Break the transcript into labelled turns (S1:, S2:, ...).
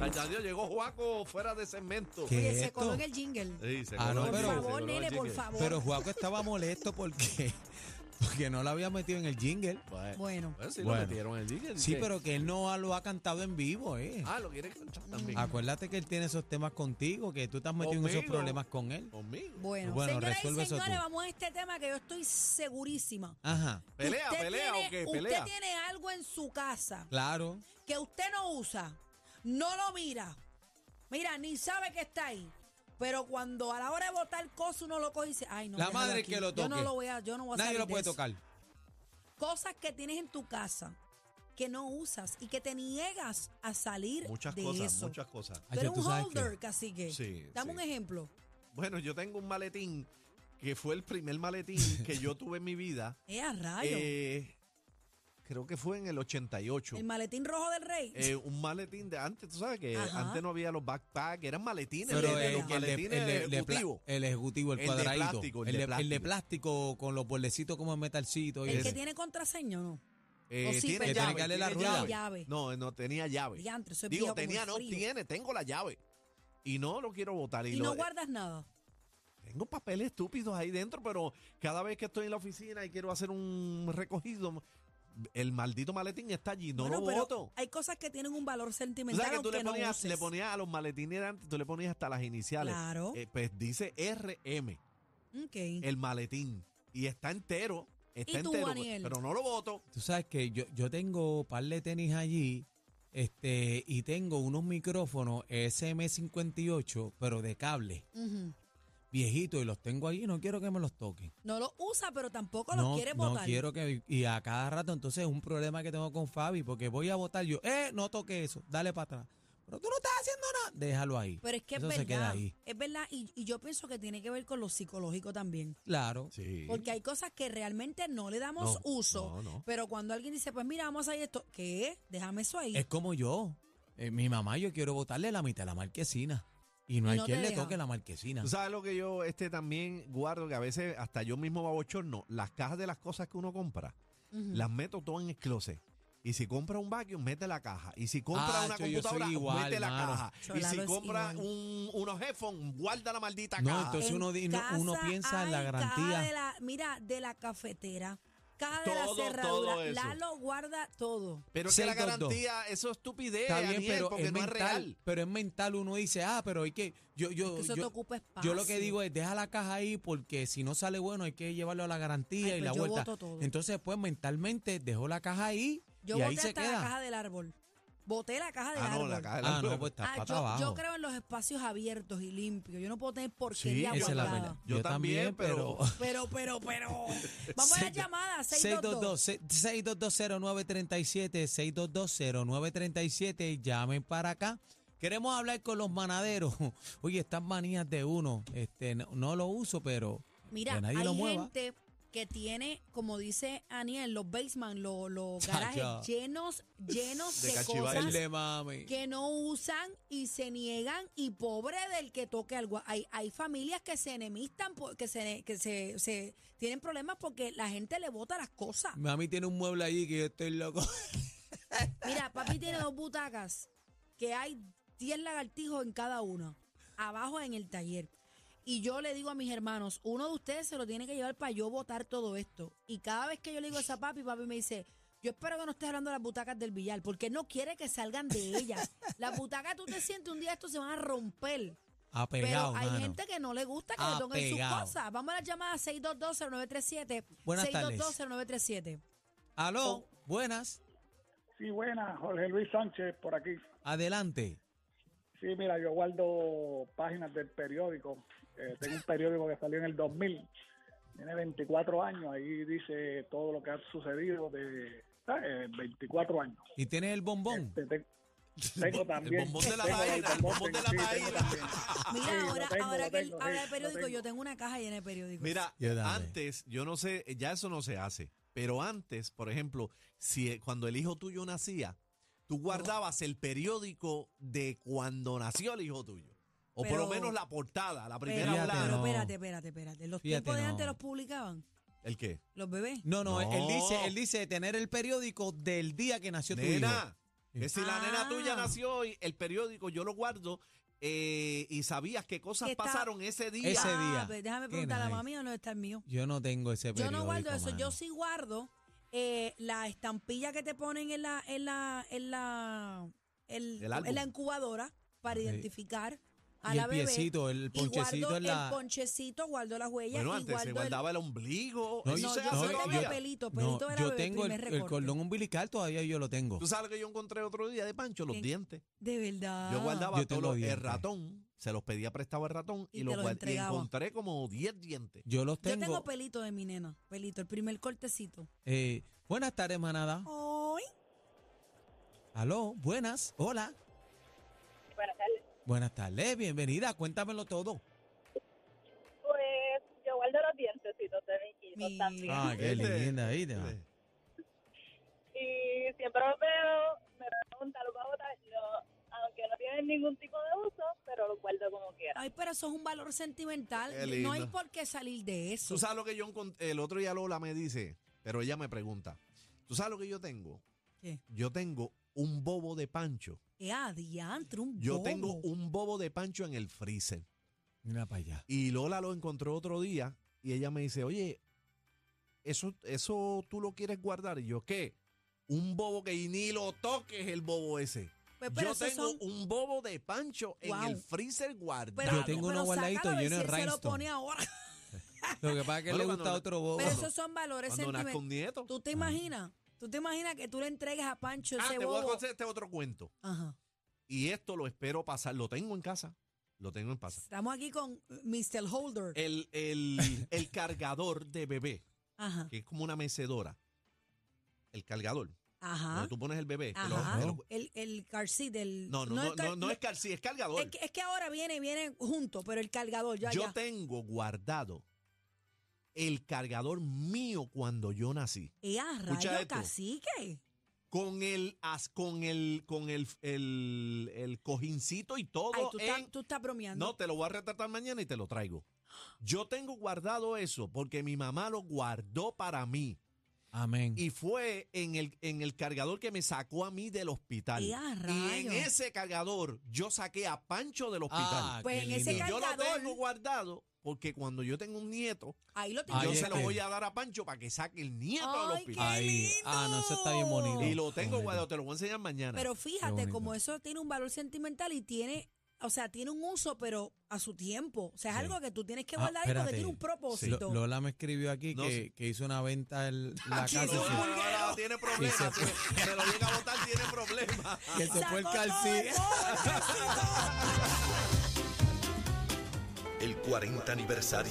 S1: Ay, ya Dios, llegó Juaco fuera de segmento.
S2: ¿Qué?
S3: Oye, se
S2: esto?
S3: coló en el jingle.
S1: Sí, se
S2: Ah,
S1: coló
S2: no,
S1: el
S3: por
S1: jingle,
S2: pero-
S1: se
S3: favor,
S1: coló el
S3: nene, por
S1: jingle.
S3: favor.
S2: Pero Juaco estaba molesto porque, porque no lo había metido en el jingle.
S1: Bueno,
S3: Bueno.
S1: bueno, sí
S2: Bueno.
S1: lo metieron en el jingle.
S2: Sí,
S1: ¿qué?
S2: pero que él no lo ha cantado en vivo, ¿eh?
S1: Ah, lo quiere escuchar
S3: Mm.
S1: también.
S2: Acuérdate que él tiene esos temas contigo, que tú estás metido en esos
S1: Conmigo.
S2: problemas con él.
S1: Conmigo.
S3: Bueno,
S2: Bueno,
S3: señoras y
S2: resuelve eso
S3: señores,
S2: tú.
S3: vamos a este tema que yo estoy segurísima.
S2: Ajá,
S1: ¿Pelea,
S3: Usted
S1: pelea
S3: tiene-
S1: o qué?
S3: Usted
S1: ¿Pelea?
S3: tiene algo en su casa
S2: claro.
S3: que usted no usa, no lo mira, mira, ni sabe que está ahí. Pero cuando a la hora de botar cosas uno lo coge y dice, ay no.
S2: La
S3: déjalo
S2: madre
S3: aquí.
S2: que lo
S3: Yo no
S2: toque.
S3: lo voy a, yo no voy a
S2: Nadie
S3: salir
S2: lo
S3: de
S2: puede
S3: eso".
S2: tocar.
S3: Cosas que tienes en tu casa que no usas y que te niegas a salir
S1: Muchas
S3: de
S1: cosas,
S3: eso.
S1: muchas cosas.
S2: Ay,
S3: Tú eres
S2: yo, tú
S3: un
S2: sabes
S3: holder,
S2: que-
S3: cacique.
S1: Sí,
S3: Dame
S1: sí.
S3: un ejemplo.
S1: Bueno, yo tengo un maletín que fue el primer maletín que yo tuve en mi vida.
S3: Eh, a rayo.
S1: Eh, creo que fue en el 88.
S3: el maletín rojo del rey.
S1: Eh, un maletín de antes, tú sabes que
S3: Ajá.
S1: antes no había los backpacks, eran maletines,
S2: Pero
S1: de- de
S2: el,
S1: los
S2: el de- el
S1: maletines
S2: de- el de pla-
S1: ejecutivos.
S2: el ejecutivo, el,
S1: El de
S2: cuadradito.
S1: plástico,
S2: el, de, el de plástico con los bordecitos como en metalcito. y
S3: el que
S2: eso.
S3: tiene contraseña o no.
S1: Eh,
S3: o sí,
S1: tiene
S3: pero-
S1: llave,
S2: Que tiene que darle la
S1: tiene
S2: rueda.
S1: llave.
S3: Llave.
S1: No, no tenía llave.
S3: Diantre, eso es
S1: pues, Digo,
S3: viejo como
S1: tenía,
S3: el
S1: no
S3: frío.
S1: tiene, tengo la llave. Y no eh, lo quiero botar. Y,
S3: Y
S1: lo-
S3: no guardas nada.
S1: Tengo papeles estúpidos ahí dentro, pero cada vez que estoy en la oficina y quiero hacer un recogido, el maldito maletín está allí, no
S3: Bueno,
S1: lo
S3: pero
S1: boto.
S3: Hay cosas que tienen un valor
S1: Tú
S3: sentimental
S1: sabes que tú
S3: aunque
S1: le
S3: no
S1: ponías,
S3: uses.
S1: le ponías a los maletines de antes, tú le ponías hasta las iniciales.
S3: Claro.
S1: Eh, pues dice RM,
S3: Ok.
S1: el maletín. Y está entero. Está
S3: ¿Y tú,
S1: entero.
S3: Daniel?
S1: Pero no lo voto.
S2: Tú sabes que yo, yo tengo par de tenis allí este, y tengo unos micrófonos SM58, pero de cable,
S3: Ujú.
S2: viejitos, y los tengo allí no quiero que me los toquen.
S3: No lo usa, pero tampoco
S2: No,
S3: lo quiere
S2: no
S3: botar.
S2: quiero que... Y a cada rato, entonces es un problema que tengo con Fabi, porque voy a votar yo, eh, no toque eso, dale para atrás. Pero tú no estás haciendo nada, déjalo ahí.
S3: Pero es que es
S2: eso
S3: verdad.
S2: se queda ahí.
S3: Es verdad. Y, y yo pienso que tiene que ver con lo psicológico también.
S2: Claro.
S1: Sí.
S3: Porque hay cosas que realmente no le damos
S2: No,
S3: uso.
S1: no, no.
S3: Pero cuando alguien dice, pues mira, vamos a ir esto, ¿qué? Déjame eso ahí.
S2: Es como yo. Eh, mi mamá, yo quiero votarle la mitad a la marquesina. Y no hay
S3: No te
S2: quien le
S3: deja.
S2: toque la marquesina.
S1: Tú sabes lo que yo este también guardo, que a veces hasta yo mismo babochorno, las cajas de las cosas que uno compra,
S3: Ujú.
S1: las meto todas en el closet. Y si compra un vacuum, mete la caja. Y si compra
S2: Ah,
S1: una
S2: yo- yo soy
S1: computadora,
S2: igual,
S1: mete la
S2: mano.
S1: caja. y
S3: Cholalo
S1: si
S3: es
S1: compra
S3: igual.
S1: un, unos headphones, guarda la maldita
S2: No,
S1: caja.
S2: entonces uno di- no- uno
S3: casa
S2: piensa en la
S3: hay
S2: garantía.
S3: caja de la- mira, de la cafetera, caja de la
S1: Todo,
S3: cerradura,
S1: todo eso.
S3: Lalo guarda todo.
S1: pero es que la
S2: 622.
S1: garantía, eso es estupidez,
S2: Está bien,
S1: Daniel,
S2: pero
S1: porque
S2: es
S1: no
S2: mental.
S1: es real.
S2: Pero es mental, uno dice, ah, pero hay que. Yo, yo,
S3: que eso te
S2: yo,
S3: ocupa espacio.
S2: yo lo que digo es, deja la caja ahí porque si no sale bueno hay que llevarlo a la garantía
S3: Ay,
S2: y
S3: pues
S2: la
S3: yo
S2: vuelta.
S3: boto todo.
S2: Entonces, pues mentalmente dejó la caja ahí
S3: Yo
S2: y
S3: boté
S2: ahí se
S3: hasta la
S2: queda.
S3: caja del árbol. Boté la caja del
S1: Ah,
S3: árbol.
S1: no, la caja de la
S2: ah, no, pues está
S3: Ah,
S2: pata
S3: yo,
S2: abajo.
S3: yo creo en los espacios abiertos y limpios. Yo no puedo tener
S2: sí,
S3: porquería
S2: esa es la
S3: guardada.
S2: verdad.
S1: Yo también, pero-
S3: Pero, pero, pero. Vamos a la
S2: Seis-
S3: llamada, 622.
S2: 622-0937, 622-0937, llamen para acá. Queremos hablar con los manaderos. Oye, estas manías de uno, este, no, no lo uso, pero
S3: Mira,
S2: que
S3: hay
S2: nadie lo mueva.
S3: gente que tiene, como dice Aniel, los basements, los, los
S2: Ya,
S3: garajes
S2: ya.
S3: llenos, llenos
S1: De
S3: de,
S1: cachivache.
S3: cosas
S2: el de mami.
S3: que no usan y se niegan y pobre del que toque algo. Hay, hay familias que se enemistan, por- que, se, que se, se tienen problemas porque la gente le bota las cosas.
S2: Mami tiene un mueble allí que yo estoy loco.
S3: Mira, papi tiene dos butacas que hay 10 lagartijos en cada una, abajo en el taller. Y yo le digo a mis hermanos, uno de ustedes se lo tiene que llevar para yo votar todo esto. Y cada vez que yo le digo eso a papi, papi me dice, yo espero que no estés hablando de las butacas del billar, porque él no quiere que salgan de ellas. Las butacas, tú te sientes un día, esto se van a romper.
S2: Apegado,
S3: Pero hay
S2: mano. Ah,
S3: gente que no le gusta que le toquen sus
S2: Apegado.
S3: cosas. Vamos a la llamada 622-0937.
S2: Buenas tardes.
S3: 622-0937.
S2: Aló, buenas,
S4: Sí, buena, Jorge Luis Sánchez por aquí.
S2: adelante.
S4: Sí, mira, yo guardo páginas del periódico. Eh, tengo un periódico que salió en el 2000. Tiene 24 años. Ahí dice todo lo que ha sucedido de eh, 24 años.
S2: ¿Y tienes el bombón?
S4: Este, te- tengo también.
S1: Mm. bombón de la
S4: tengo
S1: vaina, el bombón de la
S4: sí, tengo
S1: vaina.
S4: también. Sí,
S3: Mira,
S4: lo
S3: ahora,
S4: tengo,
S3: ahora
S4: lo
S3: que él
S4: tengo, sí,
S3: habla de
S4: lo
S3: periódico,
S4: tengo.
S3: yo tengo una caja llena de periódicos.
S1: Mira,
S2: Yo también.
S1: antes, yo no sé, ya eso no se hace, pero antes, por ejemplo, si eh, cuando el hijo tuyo nacía,
S3: Oh.
S1: tú guardabas el periódico de cuando nació el hijo tuyo. O por
S3: Pero-
S1: lo menos la portada, la
S3: pero,
S1: primera
S2: Fíjate,
S1: plana.
S3: pero
S2: no.
S3: espérate, espérate, espérate. Los
S2: Fíjate,
S3: tiempos de
S2: no.
S3: antes los publicaban,
S1: ¿El qué?
S3: los bebés.
S2: No, no,
S1: No.
S2: Él, dice, él dice tener el periódico del día que nació tu hijo.
S1: Nena, Es decir, la nena
S3: Ah.
S1: tuya nació hoy, el periódico yo lo guardo eh, y sabías qué cosas
S3: Que está-
S1: pasaron ese día.
S2: Ese
S3: Ah,
S2: día.
S3: pues déjame
S2: Qué
S3: preguntar a la
S2: nice.
S3: mami o no está el mío.
S2: Yo no tengo ese
S3: Yo
S2: periódico.
S3: no guardo eso, yo
S2: mano.
S3: sí guardo eh, la estampilla que te ponen en la, en la, en la, el-
S1: El álbum.
S3: en la incubadora para
S2: Sí.
S3: identificar a
S2: Y
S3: la
S2: el
S3: bebé.
S2: piecito, el
S3: y
S2: ponchecito
S3: guardo
S2: en la...
S3: el ponchecito, guardo las huellas
S1: Bueno,
S3: y
S1: antes se
S3: guardo el-
S1: guardaba el ombligo.
S2: No,
S1: eso
S3: No,
S1: se
S3: yo
S1: hace
S3: guardo
S1: todavía.
S3: pelito,
S2: No,
S3: pelito era
S2: yo
S3: bebé,
S2: tengo el,
S3: primer
S2: el
S3: recorte.
S2: cordón umbilical, todavía yo lo tengo.
S1: Tú sabes lo que yo encontré otro día de Pancho, los
S3: ¿Qué?
S1: dientes.
S3: De verdad.
S1: Yo guardaba
S2: Yo
S1: todo
S2: tengo
S1: lo- el
S2: dientes.
S1: ratón, se los pedía prestado al ratón y,
S3: Y
S1: los
S3: te los
S1: guard- y
S3: entregaba.
S1: encontré como 10 dientes.
S2: Yo los
S3: Yo
S2: tengo.
S3: tengo pelito de mi nena, pelito, el primer cortecito.
S2: eh, buenas tardes, manada.
S3: Ay.
S2: Aló, buenas, hola.
S5: Buenas tardes.
S2: Buenas tardes, bienvenida, cuéntamelo todo.
S5: Pues yo guardo los dientecitos de mis hijos
S3: Mi-
S5: también.
S2: Ah, qué
S1: Este-
S2: linda, ¿viste?
S1: Este,
S5: Y siempre los veo, me preguntan, los voy a botar. Yo, aunque no tienen ningún tipo de uso, pero los guardo como quiera.
S3: Ay, pero eso es un valor sentimental.
S1: Qué
S3: No
S1: lindo.
S3: hay por qué salir de eso.
S1: Tú sabes lo que yo encontré. El otro día Lola me dice, pero ella me pregunta. ¿Tú sabes lo que yo tengo?
S3: ¿Qué?
S1: Yo tengo un bobo de Pancho.
S3: Eh, adiantre, un
S1: Yo
S3: bobo.
S1: tengo un bobo de Pancho en el freezer.
S2: Mira para allá.
S1: Y Lola lo encontró otro día y ella me dice, oye, eso, eso tú lo quieres guardar. Y yo, ¿qué? Un bobo que ni lo toques el bobo ese.
S3: Pues, pero
S1: Yo
S3: esos
S1: tengo
S3: son-
S1: un bobo de Pancho en
S3: Wow.
S1: el freezer
S3: pero-
S1: guardado.
S2: Yo tengo
S3: pero
S2: uno guardadito
S3: sácalo y
S2: lleno de
S3: si él se lo
S2: rhinestone.
S3: pone ahora.
S2: Lo que pasa es que
S1: Bueno,
S2: le
S1: cuando
S2: gusta
S1: na-
S2: otro bobo.
S3: Pero esos son valores
S1: Cuando nazca
S3: sentimentales.
S1: un nieto.
S3: ¿Tú te imaginas? ¿Tú te imaginas que tú le entregues a Pancho
S1: Ah,
S3: ese
S1: te voy a
S3: bobo?
S1: contar este otro cuento.
S3: Ajá.
S1: Y esto lo espero pasar. Lo tengo en casa. Lo tengo en casa.
S3: Estamos aquí con Mr. Holder.
S1: El, el, el cargador de bebé,
S3: Ajá.
S1: que es como una mecedora. El cargador.
S3: Ajá.
S1: Donde tú pones el bebé. te lo-
S3: Ah. Ajá.
S1: te lo-
S3: El, el car seat, el.
S1: no, no, no,
S3: el
S1: no,
S3: car-
S1: no, es car, sí, es cargador.
S3: es que, es que ahora viene, viene junto, pero el cargador, ya,
S1: yo
S3: ya.
S1: tengo guardado el cargador mío cuando yo nací.
S3: Eh, a
S1: Escucha
S3: rayo,
S1: esto.
S3: cacique.
S1: Con el as- con el con el, el, el cojincito y todo
S3: Ay, tú,
S1: en
S3: estás, tú estás bromeando.
S1: No, te lo voy a retratar mañana y te lo traigo. Yo tengo guardado eso porque mi mamá lo guardó para mí
S2: Amén.
S1: y fue en el, en el cargador que me sacó a mí del hospital.
S3: ¡Eh,
S1: Y
S3: a
S1: en
S3: rayos!
S1: ese cargador yo saqué a Pancho del
S2: Ah,
S1: hospital.
S3: Pues
S2: qué
S3: en ese
S1: y
S2: lindo.
S1: yo lo
S3: cargador.
S1: tengo guardado porque cuando yo tengo un nieto,
S3: Ahí lo tengo.
S2: Ahí
S1: yo
S2: es
S1: se lo
S2: que-
S1: voy a dar a Pancho para que saque el nieto del
S3: Ay,
S1: hospital.
S2: Ahí. Ah, no, eso está bien bonito.
S1: Y lo tengo
S2: Bonito.
S1: guardado, te lo voy a enseñar mañana.
S3: Pero fíjate,
S2: bonito.
S3: como eso tiene un valor sentimental y tiene, o sea, tiene un uso, pero a su tiempo. O sea, es
S2: Sí.
S3: algo que tú tienes que
S2: Ah,
S3: guardar ahí porque
S2: espérate.
S3: tiene un propósito.
S2: Lo- Lola me escribió aquí
S1: No
S2: que,
S1: sé.
S2: que hizo una venta en la
S3: Aquí
S2: casa.
S3: hizo
S1: Ahora-
S3: un
S2: que-
S1: ahora tiene problemas.
S2: se
S1: si me- me lo llega a botar, tiene problemas.
S2: Que se fue el
S3: Sacó todo el
S2: calcín.
S3: bobo, el calcito.
S6: El 40 aniversario.